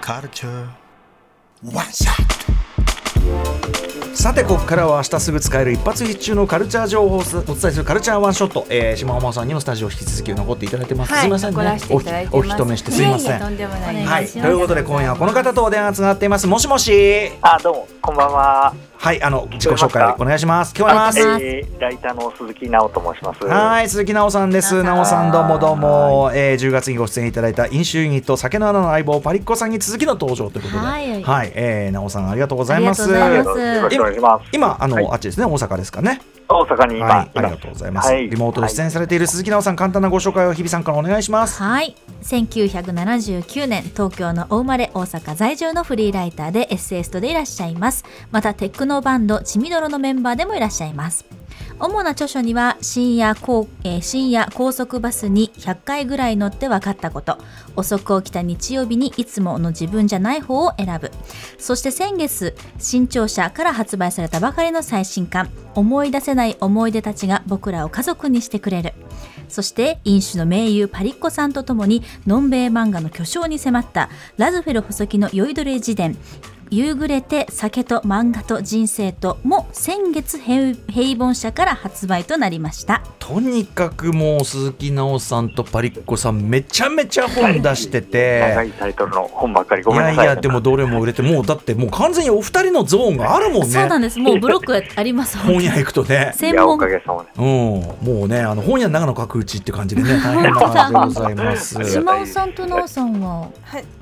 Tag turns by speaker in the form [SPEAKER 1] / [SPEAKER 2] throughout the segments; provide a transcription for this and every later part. [SPEAKER 1] culture. One shot.
[SPEAKER 2] さてここからは明日すぐ使える一発必中のカルチャー情報をお伝えするカルチャーワンショット、えー、島尾真央さんにもスタジオ引き続き残っていただいてます、
[SPEAKER 3] はい
[SPEAKER 2] すいません
[SPEAKER 3] 残ら
[SPEAKER 2] ね
[SPEAKER 3] せて
[SPEAKER 2] お
[SPEAKER 3] い
[SPEAKER 2] ひ
[SPEAKER 3] ただいてます
[SPEAKER 2] お人目してすいません
[SPEAKER 3] ややとんでもないです
[SPEAKER 2] はい、
[SPEAKER 3] お願し
[SPEAKER 2] と
[SPEAKER 3] ます
[SPEAKER 2] いうことで今夜はこの方とお電話つながっていますもしもし
[SPEAKER 4] あ、どうも、こんばんは。
[SPEAKER 2] はいあの自己紹介お願いします聞こえ
[SPEAKER 3] あ
[SPEAKER 2] ま
[SPEAKER 3] お願
[SPEAKER 2] す
[SPEAKER 3] いし
[SPEAKER 4] えー、ライターの鈴木直と申します。
[SPEAKER 2] はい鈴木奈緒さんです奈緒さんどうもどうも、えー、10月にご出演いただいた飲酒ユニット酒の穴の相棒パリッコさんに続きの登場ということでは、
[SPEAKER 3] はいい
[SPEAKER 2] えー、奈緒さんありがとうございます
[SPEAKER 3] ありがとうござい
[SPEAKER 4] あ
[SPEAKER 3] ます
[SPEAKER 4] りがとうございます。よろしくお願いします。
[SPEAKER 2] 今あの、
[SPEAKER 4] はい
[SPEAKER 2] あっちですね大阪ですかね
[SPEAKER 4] 大阪に今、
[SPEAKER 2] はい、あ
[SPEAKER 4] 今
[SPEAKER 2] りがとうございます、
[SPEAKER 4] はい
[SPEAKER 2] リモートで出演されている鈴木奈緒さん、簡単なご紹介を日比さんからお願いします。
[SPEAKER 3] はい1979年東京のお生まれ大阪在住のフリーライターでエッセイストでいらっしゃいますまたテクノバンドちみどろのメンバーでもいらっしゃいます主な著書には深夜高、えー深夜高速バスに100回ぐらい乗って分かったこと遅く起きた日曜日にいつもの自分じゃない方を選ぶそして先月新潮社から発売されたばかりの最新刊「思い出せない思い出たちが僕らを家族にしてくれる」そして飲酒の名優パリッコさんとともにのんべい漫画の巨匠に迫ったラズフェル細木の酔いどれ自伝夕暮れて酒と漫画と人生とも先月平平凡社から発売となりました
[SPEAKER 2] とにかくもう鈴木奈緒さんとパリッコさん、めちゃめちゃ本出して
[SPEAKER 4] 長
[SPEAKER 2] て。
[SPEAKER 4] いタイトルの本ばっかりご
[SPEAKER 2] い
[SPEAKER 4] めんな
[SPEAKER 2] や
[SPEAKER 4] さい。
[SPEAKER 2] いや、でもどれも売れて、もうだってもう完全にお二人のゾーンがあるもん
[SPEAKER 3] そうな
[SPEAKER 2] ね。
[SPEAKER 3] んですもうブロックありま す
[SPEAKER 2] 本屋行くとね。
[SPEAKER 4] い
[SPEAKER 3] 専
[SPEAKER 4] や、お
[SPEAKER 3] 門
[SPEAKER 4] かげさまで。
[SPEAKER 2] うん、もうね、あの本屋の中の角打ちって感じでね、大変な感じでございます。
[SPEAKER 4] 本当だ
[SPEAKER 3] 島尾さんと奈緒さんは
[SPEAKER 5] は、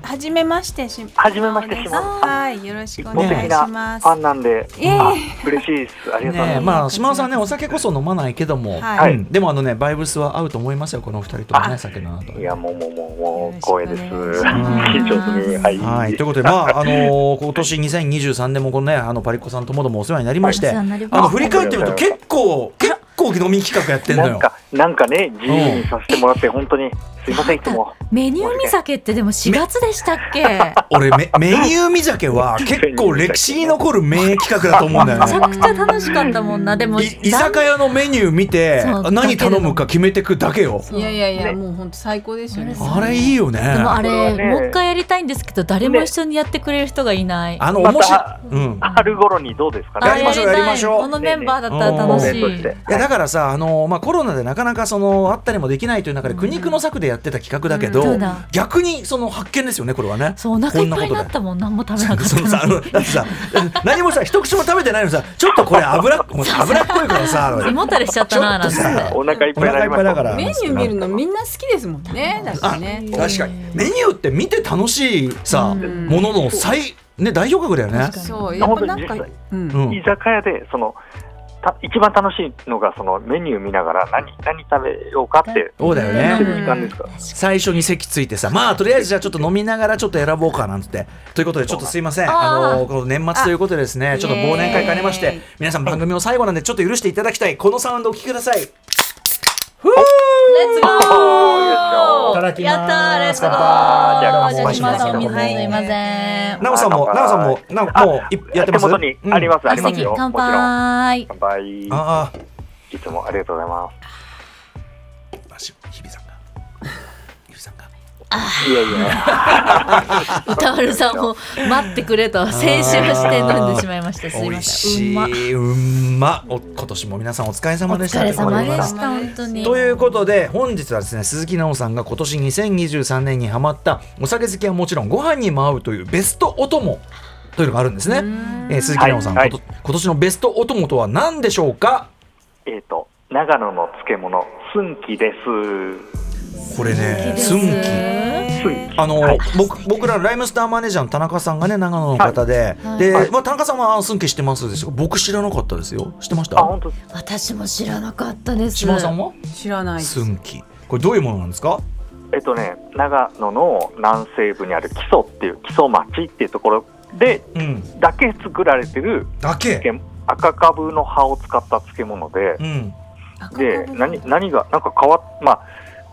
[SPEAKER 5] はじめましてし。
[SPEAKER 4] はじめましてしまう
[SPEAKER 5] はい、よろしくお願いします。
[SPEAKER 4] ファンなんで、
[SPEAKER 5] いえいえ
[SPEAKER 4] あ嬉しいです。ありがとうござ
[SPEAKER 2] ねえ、
[SPEAKER 4] います。
[SPEAKER 2] まあ、島尾さんね、お酒こそ飲まないけども、
[SPEAKER 5] はい
[SPEAKER 2] うんでもあのね、バイブスは合うと思いますよ、このお二人ともね、
[SPEAKER 4] あ
[SPEAKER 2] 酒の後。
[SPEAKER 4] いや、もう、もう、もう、もう、光栄です。
[SPEAKER 5] よろしくお願
[SPEAKER 4] 緊
[SPEAKER 3] いします
[SPEAKER 4] 張する。はい。
[SPEAKER 2] はい、ということで、まあ、あのー今年2023年もこのね、あのパリッコさんともどもお世話になりまして、
[SPEAKER 3] お世話になりました
[SPEAKER 2] あの振り返ってみると、結構、結構飲み企画やってんの
[SPEAKER 4] なん
[SPEAKER 2] よ。
[SPEAKER 4] か、なんかね、自由にさせてもらって、本当に、すいません、いつも。
[SPEAKER 3] メニュー見酒ってでも4月でしたっけめ
[SPEAKER 2] 俺メ、メニュー見酒は結構歴史に残る名企画だと思うんだ よ
[SPEAKER 3] ち
[SPEAKER 2] ね
[SPEAKER 3] ゃ。くちゃ楽しかったもんなでも
[SPEAKER 2] い居酒屋のメニュー見て
[SPEAKER 3] そう
[SPEAKER 2] 何頼むか決めてくだけよ
[SPEAKER 6] いやいやい
[SPEAKER 4] ね
[SPEAKER 6] や、もう本当最高ですよね。
[SPEAKER 2] あれいいよね
[SPEAKER 3] でもあ
[SPEAKER 2] あ
[SPEAKER 3] れ、
[SPEAKER 4] これはね
[SPEAKER 3] もう一回やりたいんですけど誰も一緒にやってくれる人がいない、
[SPEAKER 2] の
[SPEAKER 4] ま
[SPEAKER 2] 面白い、
[SPEAKER 4] た、
[SPEAKER 2] うん、
[SPEAKER 4] 春頃にどうですか
[SPEAKER 3] あ
[SPEAKER 2] やり
[SPEAKER 4] ね。
[SPEAKER 2] ましょうやりましょう
[SPEAKER 3] このメンバーだったら楽しい、
[SPEAKER 4] ねねね
[SPEAKER 2] いやだからさ、あのまあ、コロナでなかなかそのあったりもできないという中で苦肉の策でやってた企画だけど、
[SPEAKER 3] うんそうだ
[SPEAKER 2] 逆にその発見ですよねこれはね。
[SPEAKER 3] そうお腹いっぱいになったもん何も食べなかっ た
[SPEAKER 2] そのさあのだってさ 何もさ一口も食べてないのにさちょっとこれ油っもう油っこいからさ
[SPEAKER 3] 胃もたれしちゃったななんて
[SPEAKER 2] ちょっとさ
[SPEAKER 4] お腹いっ
[SPEAKER 2] お
[SPEAKER 4] ぱいに
[SPEAKER 2] 腹
[SPEAKER 4] な
[SPEAKER 2] い
[SPEAKER 4] り
[SPEAKER 2] っ
[SPEAKER 4] ま
[SPEAKER 2] ぱい
[SPEAKER 4] し
[SPEAKER 2] だ
[SPEAKER 4] た
[SPEAKER 2] から
[SPEAKER 6] メニュー見るのみんな好きですもんね。だしね。
[SPEAKER 2] 確かにメニューって見て楽しいさ
[SPEAKER 6] うん
[SPEAKER 2] ものの最ね代表格だよね。
[SPEAKER 6] そう、やっぱなんか
[SPEAKER 4] 本当に実際、
[SPEAKER 6] うん
[SPEAKER 2] う。ん
[SPEAKER 4] 居酒屋でそのた一番楽しいのがそのメニュー見ながら何何食べようかって
[SPEAKER 2] そうだよ
[SPEAKER 4] 言って
[SPEAKER 2] ね。
[SPEAKER 4] る時間ですから、
[SPEAKER 2] 最初に席ついてさまあとりあえずじゃあちょっと飲みながらちょっと選ぼうかなんつってということでちょっとすいませんあのこの年末ということでですねちょっと忘年会兼ねまし
[SPEAKER 6] イエー
[SPEAKER 2] て
[SPEAKER 6] イ
[SPEAKER 2] 皆さん番組の最後なんでちょっと許していただきたいこのサウンドお聞きくださいい
[SPEAKER 3] レッツゴ
[SPEAKER 4] おーよいしょ
[SPEAKER 3] ー
[SPEAKER 4] い
[SPEAKER 2] ただきます
[SPEAKER 3] やったーレッツゴー
[SPEAKER 2] 乾杯
[SPEAKER 4] じゃあ
[SPEAKER 3] じゃあ島田さんお水
[SPEAKER 6] はい
[SPEAKER 3] すいません
[SPEAKER 2] 奈緒さんも奈緒さんもなおもういやってます
[SPEAKER 4] 手元に
[SPEAKER 2] うん
[SPEAKER 4] あります、あります
[SPEAKER 3] 席
[SPEAKER 4] よ
[SPEAKER 3] 乾
[SPEAKER 4] もちろん
[SPEAKER 3] 杯
[SPEAKER 4] 乾杯
[SPEAKER 2] ああ
[SPEAKER 4] いつもありがとうございま
[SPEAKER 2] まあし日比さんが日比さんが
[SPEAKER 4] すいやいや
[SPEAKER 3] 歌丸さんも待ってくれと先週して飲んでしまいましたすい
[SPEAKER 2] 美
[SPEAKER 3] ま
[SPEAKER 2] 味
[SPEAKER 3] せ
[SPEAKER 2] し
[SPEAKER 3] んうま
[SPEAKER 2] いうまお今年も皆さんお疲れ
[SPEAKER 3] お
[SPEAKER 2] 様でした
[SPEAKER 3] 疲れ様
[SPEAKER 2] ということで
[SPEAKER 3] でした本当に
[SPEAKER 2] ということで本日はですね鈴木奈緒さんが今年2023年にハマったお酒好きはもちろんご飯にも合うというベストお供というのがあるんですね、えー鈴木奈緒さん、
[SPEAKER 4] はい
[SPEAKER 2] こと今年のベストお供とは何でしょうか
[SPEAKER 4] えっと長野の漬物スンキです
[SPEAKER 2] これねスンキ
[SPEAKER 4] スンキ
[SPEAKER 2] あの、
[SPEAKER 4] はい
[SPEAKER 2] 僕僕らライムスターマネージャーの田中さんがね長野の方で、で、
[SPEAKER 4] はい
[SPEAKER 2] まあ、田中さんはあスンキ知ってますですよ僕知らなかったですよ知ってまし
[SPEAKER 4] あ
[SPEAKER 2] た
[SPEAKER 4] 本当
[SPEAKER 3] 私も知らなかったです
[SPEAKER 2] 島尾さんは
[SPEAKER 6] 知らないです。
[SPEAKER 2] スンキこれどういうものなんですか
[SPEAKER 4] えっとね長野の南西部にある木曽っていう木曽町っていうところで
[SPEAKER 2] うん
[SPEAKER 4] だけ作られてる
[SPEAKER 2] だけ
[SPEAKER 4] 漬赤かぶの葉を使った漬物で、
[SPEAKER 2] うん
[SPEAKER 4] で何何がなんか変わ,、まあ、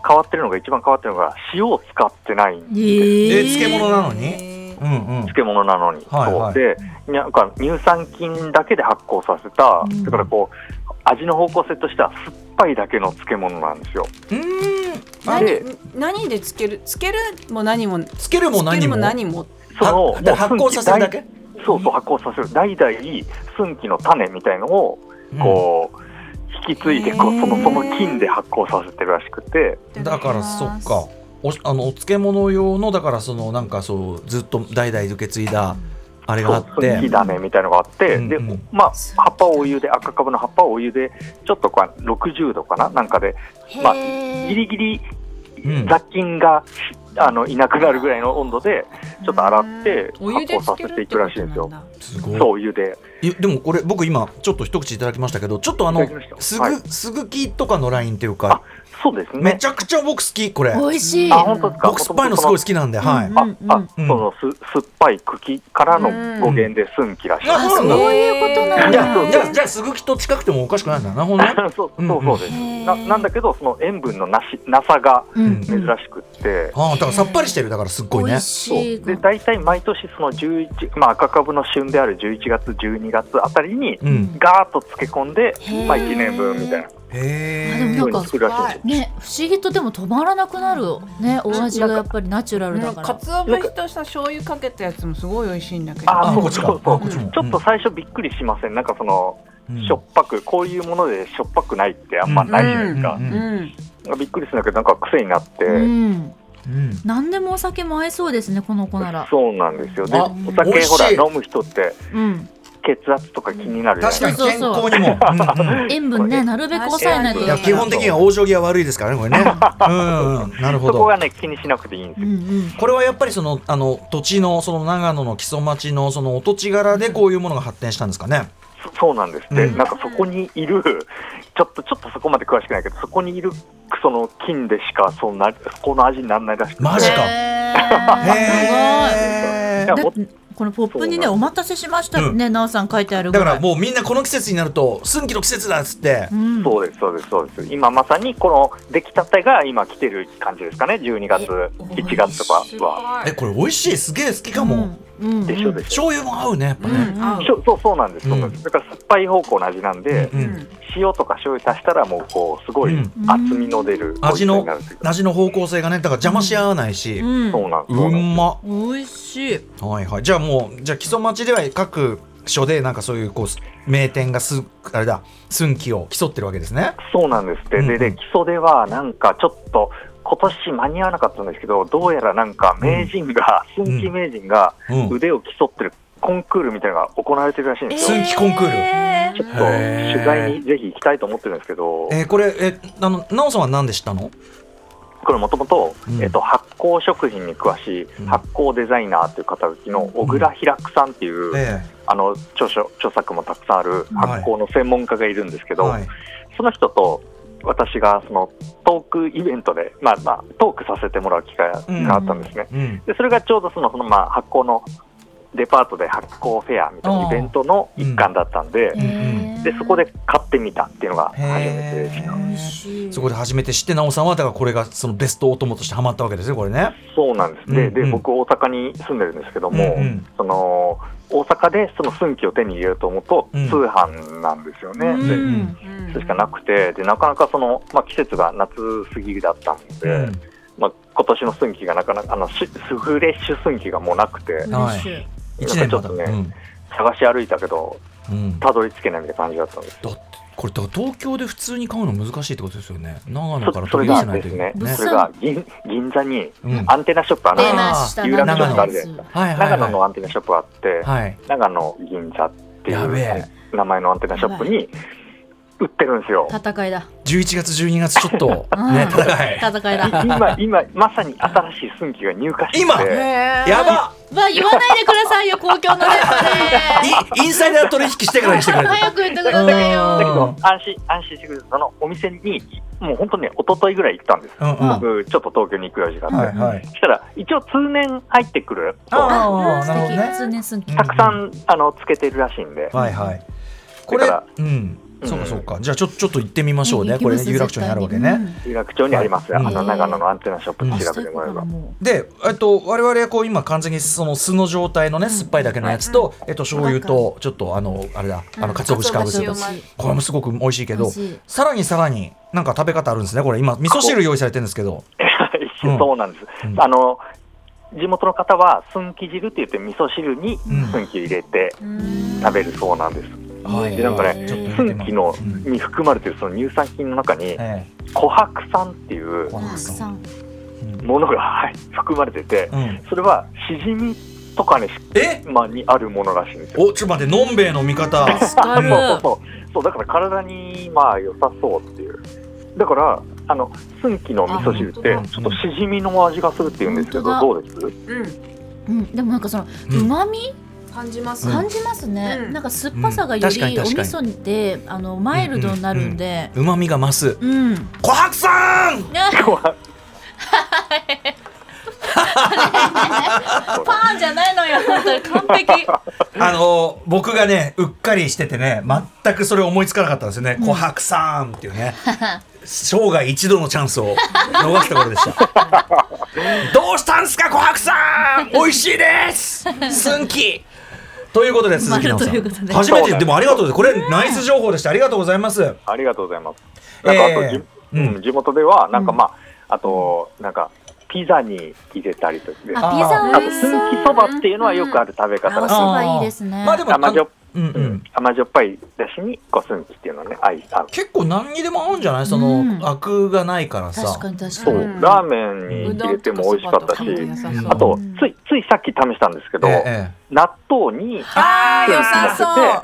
[SPEAKER 4] 変わってるのが一番変わってるのが塩を使ってない
[SPEAKER 3] えー
[SPEAKER 2] え漬物なのにうんうん
[SPEAKER 4] 漬物なのに、
[SPEAKER 2] はいはい
[SPEAKER 4] そうでなんか乳酸菌だけで発酵させた、
[SPEAKER 3] うん
[SPEAKER 4] だからこう味の方向性としては酸っぱいだけの漬物なんですよ。
[SPEAKER 2] うーんあ
[SPEAKER 6] 何
[SPEAKER 4] で
[SPEAKER 6] 何でつけるつけるも何もつ
[SPEAKER 2] つけるも
[SPEAKER 6] け
[SPEAKER 2] 何
[SPEAKER 6] るも
[SPEAKER 2] も
[SPEAKER 6] 何も
[SPEAKER 4] そのも
[SPEAKER 2] はだ
[SPEAKER 4] う
[SPEAKER 2] から発酵させるだけ
[SPEAKER 4] そうそう発酵させる代々寸気の種みたいのをこう、引き継いでこ
[SPEAKER 5] へー
[SPEAKER 4] うそのその菌で発酵させてるらしくて
[SPEAKER 2] うんだからそっかおあのお漬物用のだからそのなんかそうずっと代々受け継いだあれがあ
[SPEAKER 4] そう
[SPEAKER 2] っ
[SPEAKER 4] 寸木
[SPEAKER 2] て
[SPEAKER 4] 種みたいのがあって、
[SPEAKER 2] うん
[SPEAKER 4] で
[SPEAKER 2] うん
[SPEAKER 4] まあ葉っぱをお湯で赤かぶの葉っぱをお湯でちょっとこう60度かななんかでまあギ
[SPEAKER 3] へえ。
[SPEAKER 4] リギリ
[SPEAKER 2] うん
[SPEAKER 4] 雑菌が、あのいなくなるぐらいの温度でちょっと洗って発
[SPEAKER 6] お湯で
[SPEAKER 4] 酵
[SPEAKER 6] つ
[SPEAKER 4] さ
[SPEAKER 6] け
[SPEAKER 4] せ
[SPEAKER 6] る
[SPEAKER 4] て
[SPEAKER 6] っ
[SPEAKER 4] い
[SPEAKER 6] て
[SPEAKER 4] く
[SPEAKER 6] こ
[SPEAKER 4] らしい
[SPEAKER 6] と
[SPEAKER 4] ん
[SPEAKER 6] な
[SPEAKER 4] で
[SPEAKER 6] ん
[SPEAKER 4] す
[SPEAKER 2] す
[SPEAKER 6] だ。
[SPEAKER 4] よ。
[SPEAKER 2] ごい
[SPEAKER 4] そうお湯で
[SPEAKER 2] いやでもこれ僕今ちょっと一口いただきましたけどちょっとあ
[SPEAKER 4] い
[SPEAKER 2] の
[SPEAKER 4] ただきました
[SPEAKER 2] す
[SPEAKER 4] は
[SPEAKER 2] ぐ
[SPEAKER 4] い
[SPEAKER 2] すぐきとかのラインっていうか
[SPEAKER 4] そうですね。
[SPEAKER 2] めちゃくちゃ僕好きこれ
[SPEAKER 3] 美味しい。
[SPEAKER 4] あ本当ですか。
[SPEAKER 2] 僕酸っぱいのすごい好きなんではい
[SPEAKER 3] うん
[SPEAKER 4] あ、
[SPEAKER 3] うん
[SPEAKER 4] あ、
[SPEAKER 3] うん
[SPEAKER 4] そのす酸っぱい茎からの語源で寸きらしい。
[SPEAKER 2] あそうなん
[SPEAKER 3] そ
[SPEAKER 2] だ
[SPEAKER 3] ういうことなん
[SPEAKER 2] じゃあ
[SPEAKER 3] だ。
[SPEAKER 4] そう
[SPEAKER 2] じゃあじゃあすぐきと近くてもおかしくないんだなほんね
[SPEAKER 4] そう
[SPEAKER 2] うん
[SPEAKER 4] そうそうです。
[SPEAKER 3] へー
[SPEAKER 4] ななんだけどその塩分のなしなさが
[SPEAKER 3] うん
[SPEAKER 4] 珍しくって。
[SPEAKER 2] ああだからさっぱりしてるだからすっごい
[SPEAKER 3] 美
[SPEAKER 2] ね
[SPEAKER 3] 味
[SPEAKER 4] そう
[SPEAKER 3] しい。
[SPEAKER 4] で大体毎年その11、まあ、赤株の旬である11月12月あたりに
[SPEAKER 2] うん
[SPEAKER 4] ガーッと漬け込んで、
[SPEAKER 3] へー
[SPEAKER 4] まあ、1年分みたいな
[SPEAKER 3] あでも
[SPEAKER 2] へ
[SPEAKER 3] な
[SPEAKER 2] え
[SPEAKER 4] ようん
[SPEAKER 3] か
[SPEAKER 4] に作るらしいんですよ。
[SPEAKER 3] ね、不思議とでも止まらなくなるね、お味がやっぱりナチュラルだ
[SPEAKER 6] なん
[SPEAKER 3] か。
[SPEAKER 6] から鰹節とした醤油かけたやつもすごい美味しいんだけど。
[SPEAKER 4] あ
[SPEAKER 2] あ
[SPEAKER 4] そ
[SPEAKER 2] こ
[SPEAKER 4] う
[SPEAKER 2] っちかあ
[SPEAKER 4] そう
[SPEAKER 2] こっちも
[SPEAKER 4] ちょっと最初びっくりしません、なんかその、
[SPEAKER 2] うん
[SPEAKER 4] しょっぱく、こういうものでしょっぱくないってあんまないじゃないですか
[SPEAKER 2] う、
[SPEAKER 6] うんん。
[SPEAKER 4] びっくりするんだけど、なんか癖になって、
[SPEAKER 3] うん。
[SPEAKER 2] うん
[SPEAKER 3] 何でもお酒も合いそうですね、この子なら。
[SPEAKER 4] そうなんですよ。で、
[SPEAKER 2] あ
[SPEAKER 4] お
[SPEAKER 2] 美
[SPEAKER 4] 酒
[SPEAKER 2] 味しい
[SPEAKER 4] ほら飲む人って
[SPEAKER 3] うん。
[SPEAKER 4] 血圧とか気になるじゃない
[SPEAKER 2] 確か
[SPEAKER 4] です
[SPEAKER 2] に健康にもうんうん
[SPEAKER 3] 塩分ね、なるべく抑えないと
[SPEAKER 2] いや
[SPEAKER 3] だか
[SPEAKER 2] 基
[SPEAKER 3] ら
[SPEAKER 2] 本。的には往生際悪いですからねこれねうんうんなるほ
[SPEAKER 4] そこ
[SPEAKER 2] ど
[SPEAKER 4] はね気にしなくていいんです
[SPEAKER 3] う
[SPEAKER 4] よ。
[SPEAKER 3] んうん。
[SPEAKER 2] これはやっぱりそのあの土地のその長野の木曽町のそのお土地柄でこういうものが発展したんですかね
[SPEAKER 4] そそうなんですって、
[SPEAKER 2] うん
[SPEAKER 4] なんかそこにいる ちょっとちょっとそこまで詳しくないけどそこにいるその菌でしかそんなこの味にならないらしくて。
[SPEAKER 2] マジか
[SPEAKER 3] へー
[SPEAKER 2] へー
[SPEAKER 4] いや
[SPEAKER 3] すご
[SPEAKER 4] も
[SPEAKER 3] い。だってこのポップにね、
[SPEAKER 4] そうなんです
[SPEAKER 3] お待たせしましたね、なおさん書いてあるぐ
[SPEAKER 2] だからら
[SPEAKER 3] い。
[SPEAKER 2] もうみんなこの季節になると寸気の季節だっつって
[SPEAKER 3] うん
[SPEAKER 4] そうですそうですそうです。今まさにこの出来たてが今来てる感じですかね。12月1月とかは。
[SPEAKER 2] えこれ美味しいすげえ好きかも、。
[SPEAKER 3] うんうん。
[SPEAKER 4] でしょでしょ。
[SPEAKER 2] 醤油も合うねやっぱね、
[SPEAKER 6] うん合う
[SPEAKER 4] しょそうそうなんです、そうなんですだから酸っぱい方向の味なんで、
[SPEAKER 2] うん
[SPEAKER 6] うん
[SPEAKER 4] 塩とか醤油足したらもうこうすごい
[SPEAKER 2] うん
[SPEAKER 4] 厚みの出る美味
[SPEAKER 2] 味
[SPEAKER 4] しさ
[SPEAKER 2] の
[SPEAKER 4] になるというか
[SPEAKER 2] 味の方向性がねだから邪魔し合わないし、う
[SPEAKER 3] うん。
[SPEAKER 4] そうなんです。そうなんです
[SPEAKER 2] ん、ま
[SPEAKER 3] 美味しい。
[SPEAKER 2] はいはいじゃあもうじゃあ基礎町では各所でなんかそういうこう名店がすあれだ寸気を競ってるわけですね
[SPEAKER 4] そうなんですって、
[SPEAKER 2] うんうん
[SPEAKER 4] でで基礎ではなんかちょっと今年間に合わなかったんですけどどうやらなんか名人が、寸木名人が
[SPEAKER 2] うん
[SPEAKER 4] 腕を競ってるコンクールみたいなのが行われてるらしいんですよ、
[SPEAKER 2] 寸気コンクール
[SPEAKER 3] え
[SPEAKER 4] ちょっと
[SPEAKER 2] へー
[SPEAKER 4] 取材にぜひ行きたいと思ってるんですけど、
[SPEAKER 2] えーこれえあの奈緒さんは何でしたの
[SPEAKER 4] これもともと
[SPEAKER 2] うん
[SPEAKER 4] 発酵食品に詳しい
[SPEAKER 2] うん
[SPEAKER 4] 発酵デザイナーという肩書きの小倉ひらくさんっていう、
[SPEAKER 2] え
[SPEAKER 4] あの著書著作もたくさんある発酵の専門家がいるんですけ
[SPEAKER 2] え
[SPEAKER 4] ど、
[SPEAKER 2] はい
[SPEAKER 4] その人と私がそのトークイベントで、まあまあ、トークさせてもらう機会があったんですね。
[SPEAKER 2] うん
[SPEAKER 4] でそれがちょうどそのその、まあ、発酵のデパートで発酵フェアみたいなイベントの一環だったんで,、
[SPEAKER 2] ん
[SPEAKER 3] ー。
[SPEAKER 4] でそこで買ってみたっていうのが初めてでした。
[SPEAKER 3] 美味
[SPEAKER 2] へ
[SPEAKER 3] し
[SPEAKER 2] え
[SPEAKER 3] い。
[SPEAKER 2] そこで初めて知って奈緒さんはだからこれがそのベストお供としてハマったわけですねこれね
[SPEAKER 4] そうなんです、
[SPEAKER 2] うんう
[SPEAKER 4] で
[SPEAKER 2] ん
[SPEAKER 4] で僕大阪に住んでるんですけども、
[SPEAKER 2] うんうん
[SPEAKER 4] その大阪でその寸気を手に入れようと思うと、
[SPEAKER 2] うん
[SPEAKER 4] 通販なんですよね。
[SPEAKER 3] う
[SPEAKER 4] で
[SPEAKER 3] ん。
[SPEAKER 6] うん
[SPEAKER 4] それしかなくてでなかなかその、まあ、季節が夏過ぎだったんで、
[SPEAKER 2] うん
[SPEAKER 4] まあ、今年の寸期がなかなかあのしスフレッシュ寸期がもうなくて
[SPEAKER 2] はい
[SPEAKER 3] 嬉しい
[SPEAKER 2] 一年まだ
[SPEAKER 4] ちょっとね探し歩いたけど
[SPEAKER 2] うんうん
[SPEAKER 4] たどり着けないみたいな感じだったんです
[SPEAKER 2] だってこれだから東京で普通に買うの難しいってことですよね長野
[SPEAKER 4] そ
[SPEAKER 2] から
[SPEAKER 4] そ
[SPEAKER 2] 取
[SPEAKER 4] れ
[SPEAKER 2] り寄せ
[SPEAKER 4] が
[SPEAKER 2] ない
[SPEAKER 4] で
[SPEAKER 2] といけ
[SPEAKER 4] すね
[SPEAKER 2] ないね
[SPEAKER 4] それが銀銀座に
[SPEAKER 2] うん
[SPEAKER 4] アンテナショップあの
[SPEAKER 3] 出ました。
[SPEAKER 4] 有楽町
[SPEAKER 2] の
[SPEAKER 4] があるじ
[SPEAKER 3] の
[SPEAKER 4] ゃ
[SPEAKER 3] や
[SPEAKER 4] ない
[SPEAKER 3] つ
[SPEAKER 4] です
[SPEAKER 2] はい
[SPEAKER 4] か
[SPEAKER 2] は
[SPEAKER 4] 長
[SPEAKER 2] いは
[SPEAKER 4] 野
[SPEAKER 2] い
[SPEAKER 4] のアンテナショップがあって
[SPEAKER 2] はい
[SPEAKER 4] 長野銀座ってい
[SPEAKER 2] やべ
[SPEAKER 4] う
[SPEAKER 2] え
[SPEAKER 4] 名前のアンテナショップに売ってるんですよ
[SPEAKER 3] 戦いだ。
[SPEAKER 2] 11月12月ちょっと
[SPEAKER 3] うん
[SPEAKER 2] ね戦い
[SPEAKER 3] 戦いだ。
[SPEAKER 4] 今今まさに新しい寸期が入荷して
[SPEAKER 2] 今
[SPEAKER 4] て
[SPEAKER 2] やば
[SPEAKER 3] まあ言わないでくださいよ、公共の電波 で。
[SPEAKER 2] いインサイダー取引してからにしてくれ る
[SPEAKER 3] 早く言ってください
[SPEAKER 2] うん
[SPEAKER 3] よ。
[SPEAKER 4] だけど安心安心してくださいそのお店にもう本当にね一昨日ぐらい行ったんです
[SPEAKER 2] うんうんは
[SPEAKER 4] 僕ちょっと東京に行く用事があっ
[SPEAKER 2] い
[SPEAKER 4] て、
[SPEAKER 2] はい
[SPEAKER 4] そしたら一応通年入ってくると
[SPEAKER 2] ああなるほど
[SPEAKER 3] 素敵。
[SPEAKER 2] ね
[SPEAKER 3] 通年寸期
[SPEAKER 2] うん
[SPEAKER 4] たくさんあのつけてるらしいんで、
[SPEAKER 2] はいはいこれ
[SPEAKER 4] だか
[SPEAKER 2] うん
[SPEAKER 4] うん
[SPEAKER 2] そうかそうかじゃあちょちょっと行ってみましょうね
[SPEAKER 3] 行き
[SPEAKER 2] こ
[SPEAKER 3] ま
[SPEAKER 2] れ
[SPEAKER 3] す
[SPEAKER 2] ね有楽町にあるわけね
[SPEAKER 4] 有楽町にあります、
[SPEAKER 2] はい
[SPEAKER 4] あの
[SPEAKER 3] うん
[SPEAKER 4] 長野のアンテナショップ
[SPEAKER 2] うん
[SPEAKER 4] 調べてもらえば、
[SPEAKER 2] でえっと我々はこう今完全にその素の状態のね酸っぱいだけのやつとえっと醤油とちょっとあのあれだあの鰹節かぶせ
[SPEAKER 6] 鰹節
[SPEAKER 2] これもすごく美味しいけ
[SPEAKER 3] 美
[SPEAKER 2] ど
[SPEAKER 3] 味しい
[SPEAKER 2] さらにさらになんか食べ方あるんですねこれ今味噌汁用意されてるんですけど
[SPEAKER 4] 一緒
[SPEAKER 2] うん
[SPEAKER 4] そうなんです、
[SPEAKER 2] うん
[SPEAKER 4] あの地元の方はすんき汁って言って味噌汁に
[SPEAKER 2] うん
[SPEAKER 4] すんき入れて
[SPEAKER 5] うん
[SPEAKER 4] 食べるそうなんです、
[SPEAKER 2] はい
[SPEAKER 4] でなんか
[SPEAKER 3] ね
[SPEAKER 2] ちょっと見
[SPEAKER 4] す
[SPEAKER 2] て
[SPEAKER 4] ん
[SPEAKER 2] み
[SPEAKER 4] き
[SPEAKER 2] よ
[SPEAKER 4] の
[SPEAKER 2] ううん
[SPEAKER 4] に含まれてるその乳酸菌の中に
[SPEAKER 2] え
[SPEAKER 4] 琥珀酸っていう
[SPEAKER 2] えご
[SPEAKER 3] たく
[SPEAKER 2] 飯
[SPEAKER 3] さ
[SPEAKER 2] さん
[SPEAKER 3] ん
[SPEAKER 2] うん
[SPEAKER 4] ものが、はい、含まれてて
[SPEAKER 2] うん
[SPEAKER 4] それはしじみとかに,、
[SPEAKER 2] え
[SPEAKER 4] まあ、にあるものらしいんですよ
[SPEAKER 2] おちょっと待ってのんべえの味方
[SPEAKER 3] 助かる
[SPEAKER 4] そうそうそうそうだから体にまあ良さそうっていうだからあのすんきの味噌汁って
[SPEAKER 6] あ本当だ
[SPEAKER 4] ちょっとしじみの味がするっていうんですけど
[SPEAKER 3] 本当
[SPEAKER 4] どうです
[SPEAKER 6] うん
[SPEAKER 3] うん、でもなんかその
[SPEAKER 2] うん
[SPEAKER 3] うまみ
[SPEAKER 6] 感じます。
[SPEAKER 3] 感じますね、
[SPEAKER 6] うん
[SPEAKER 3] なんか酸っぱさが
[SPEAKER 2] うん
[SPEAKER 3] よ
[SPEAKER 2] 確かに
[SPEAKER 3] りお味
[SPEAKER 2] 確かに
[SPEAKER 3] 噌であのマイルドになるんで
[SPEAKER 2] うまみが増す
[SPEAKER 3] うん、
[SPEAKER 2] 琥珀さん
[SPEAKER 3] パーンじゃないのよ本当に完璧
[SPEAKER 2] あの僕がねうっかりしててね全くそれ思いつかなかったんですよね「琥珀さん」っていうね生涯一度のチャンスを 逃したことでした「どうしたんすか琥珀さん美味しいですすんき」ということで鈴木奈
[SPEAKER 3] ま
[SPEAKER 2] 々
[SPEAKER 3] るという
[SPEAKER 2] さ
[SPEAKER 3] こ
[SPEAKER 2] ん、
[SPEAKER 3] とで
[SPEAKER 2] 初めてでもありがとうですこれナイス情報でしたありがとうございます
[SPEAKER 4] ありがとうございますなんかあと、
[SPEAKER 2] えー
[SPEAKER 4] じうん
[SPEAKER 2] うん
[SPEAKER 4] 地元ではなんかまあ、あとなんかピザに入れたりとかですね
[SPEAKER 3] あピザ
[SPEAKER 4] あ
[SPEAKER 3] 美
[SPEAKER 4] と
[SPEAKER 3] 味し
[SPEAKER 4] す
[SPEAKER 3] そうん
[SPEAKER 4] きそばっていうのはよくある食べ方
[SPEAKER 3] 青
[SPEAKER 4] ら
[SPEAKER 3] そ
[SPEAKER 4] しい
[SPEAKER 3] ばいいですね
[SPEAKER 2] まあでも
[SPEAKER 4] 甘じょ,、
[SPEAKER 2] うんう
[SPEAKER 4] うんん、甘じょっぱいだしにこうすんきっていうのはね相合う
[SPEAKER 2] 結構何にでも合うんじゃないその、
[SPEAKER 3] うん
[SPEAKER 2] アクがないからさ
[SPEAKER 3] 確かに確か
[SPEAKER 4] そう、
[SPEAKER 3] に
[SPEAKER 6] うん
[SPEAKER 4] ラーメンに入れても美味しかったし、
[SPEAKER 2] うん
[SPEAKER 4] あと
[SPEAKER 3] うん
[SPEAKER 4] ついついさっき試したんですけど、
[SPEAKER 2] えええ
[SPEAKER 4] 納豆に
[SPEAKER 6] あ
[SPEAKER 4] ー良さそう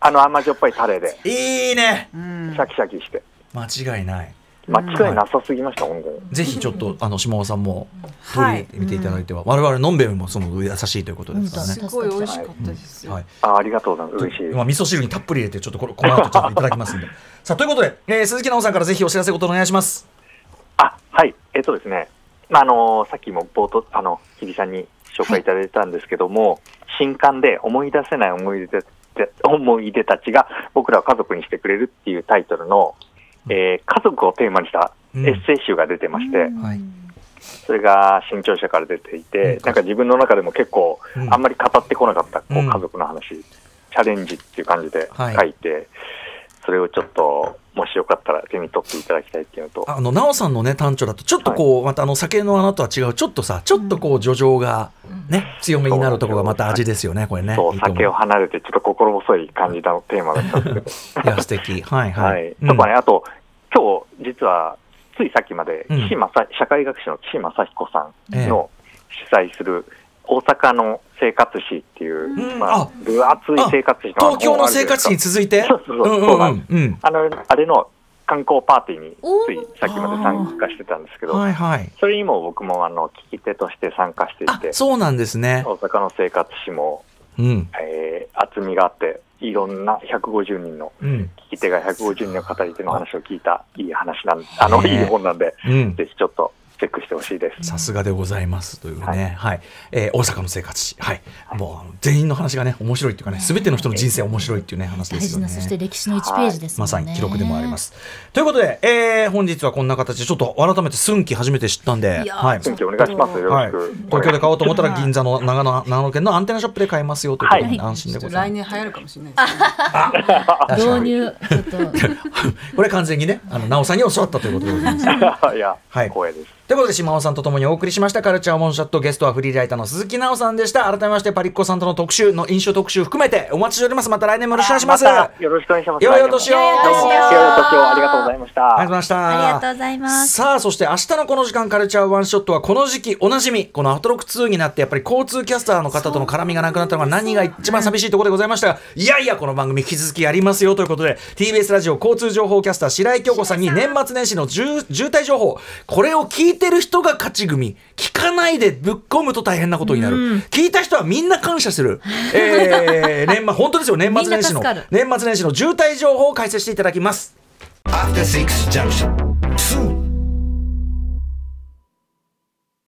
[SPEAKER 4] あの甘じょっぱいタレで
[SPEAKER 2] えいいね
[SPEAKER 6] うん
[SPEAKER 4] シャキシャキして
[SPEAKER 2] 間違いない
[SPEAKER 4] 間違いなさすぎました、本当に
[SPEAKER 2] ぜひちょっとあの島尾さんも取り
[SPEAKER 6] は
[SPEAKER 2] 入れてみていただいては、我々のんべえもその優しいということですからね
[SPEAKER 6] す。ごい美味しかったです。
[SPEAKER 2] はい
[SPEAKER 4] あありがとうございます嬉しいです
[SPEAKER 2] まあ、味噌汁にたっぷり入れてちょっとこれこの後ちょっといただきますん でさあということで、えー鈴木奈緒さんからぜひお知らせことお願いします
[SPEAKER 4] あはい、えっとですね、まああのさっきも冒頭、あの日比さんに紹介いただいたんですけども、新刊で思い出せない思い出た思い出たちが僕らを家族にしてくれるっていうタイトルの、えー家族をテーマにしたエ
[SPEAKER 2] うん
[SPEAKER 4] ッセイ集が出てまして、
[SPEAKER 2] はい
[SPEAKER 4] それが新潮社から出ていて、
[SPEAKER 2] うん
[SPEAKER 4] なんか自分の中でも結構、
[SPEAKER 2] うん
[SPEAKER 4] あんまり語ってこなかった、こ
[SPEAKER 2] うん
[SPEAKER 4] う家族の話、チャレンジっていう感じで書
[SPEAKER 2] はい
[SPEAKER 4] いて、それをちょっと、もしよかったら手に取っていただきたいっていうのと、
[SPEAKER 2] あの奈緒さんのね単調だとちょっとこう、またあの酒の穴とは違うちょっとさちょっとこう叙情がね強めになるところがまた味ですよねこれね
[SPEAKER 4] そう
[SPEAKER 2] いいと思
[SPEAKER 4] 酒を離れてちょっと心細い感じのテーマだったんですけど、
[SPEAKER 2] いや素敵はい は
[SPEAKER 4] はいい、
[SPEAKER 2] うん
[SPEAKER 4] とかねあと今日実はついさっきまで岸正、社会学者の岸正彦さんの主催する大阪の生活史っていう、
[SPEAKER 2] うん
[SPEAKER 4] ま
[SPEAKER 2] あ
[SPEAKER 4] あ、分厚い生活史の
[SPEAKER 2] 東京の生活史に
[SPEAKER 4] つ
[SPEAKER 2] 続いて
[SPEAKER 4] そうそうそう
[SPEAKER 2] うん
[SPEAKER 4] そう
[SPEAKER 2] う
[SPEAKER 4] なんん
[SPEAKER 2] うん
[SPEAKER 4] あのあれの観光パーティーに
[SPEAKER 3] おー
[SPEAKER 4] ついさっきまで参加してたんですけ
[SPEAKER 2] うんは
[SPEAKER 4] ど
[SPEAKER 2] いはい
[SPEAKER 4] それにも僕もあの聞き手として参加してい
[SPEAKER 2] あ
[SPEAKER 4] て
[SPEAKER 2] そうなんですね
[SPEAKER 4] 大阪の生活史も、
[SPEAKER 2] うん
[SPEAKER 4] えー厚みがあっていろんな150人の
[SPEAKER 2] うん
[SPEAKER 4] 聞き手が150人の語り手の話を聞いたいい話なんあの、
[SPEAKER 2] ねえ
[SPEAKER 4] いい本なんで、
[SPEAKER 2] うん
[SPEAKER 4] ぜひちょっとチェックしてほしいです。
[SPEAKER 2] さすがでございますというね、はいえー大阪の生活史、はい、もうあの全員の話がね面白いっていうかね全ての人の人生面白いっていうね話で
[SPEAKER 3] 大
[SPEAKER 2] すよ
[SPEAKER 3] 事
[SPEAKER 2] ね
[SPEAKER 3] なそして歴史の一ページですも
[SPEAKER 2] ま
[SPEAKER 3] んね、
[SPEAKER 2] さに記録でもあります。ということで、えー本日はこんな形でちょっと改めて寸期初めて知ったんで
[SPEAKER 3] いやー
[SPEAKER 2] はい
[SPEAKER 3] ちょ
[SPEAKER 4] 先
[SPEAKER 2] 東
[SPEAKER 3] っ
[SPEAKER 4] 生お願いします。よろしく。
[SPEAKER 2] 京で買おうと思ったら銀座の長野長野県のアンテナショップで買えますよということ
[SPEAKER 4] は
[SPEAKER 2] で
[SPEAKER 4] い
[SPEAKER 2] 安心でござい
[SPEAKER 6] 来
[SPEAKER 2] ます。
[SPEAKER 6] 年流行るかもしれないですね。
[SPEAKER 2] 確か
[SPEAKER 3] 導
[SPEAKER 2] に
[SPEAKER 3] 入ちょっと
[SPEAKER 2] これ完全にねあの直さんに教わったということでございます。
[SPEAKER 4] いや、
[SPEAKER 2] はい
[SPEAKER 4] 光栄です。
[SPEAKER 2] ということで島尾さんと共にお送りしましたカルチャーモンシャットゲストはフリーライターの鈴木奈緒さんでした改めましてパリッコさんとの特集の印象特集含めてお待ちしておりますまた来年もよろしくお願いします
[SPEAKER 4] あたよろしくお願いします。
[SPEAKER 2] 良いお年を
[SPEAKER 4] どうも良いお年をありがとうございました。
[SPEAKER 2] ありがとうございました
[SPEAKER 3] ありがとうございます
[SPEAKER 2] さあそして明日のこの時間カルチャーワンショットはこの時期おなじみこのアトロック2になってやっぱり交通キャスターの方との絡みがなくなったのが何が一番寂しいところでございましたがいやいやこの番組引き続きやりますよということで TBS ラジオ交通情報キャスター白井京子さんに年末年始の渋渋滞情報これを聞いてる人が勝ち組聞かないでぶっ込むと大変なことになる、聞いた人はみんな感謝する、えー、年末本当ですよ年末年始の
[SPEAKER 3] みんな助かる
[SPEAKER 2] 年末年始の渋滞情報を解説していただきます
[SPEAKER 1] After Six Junction.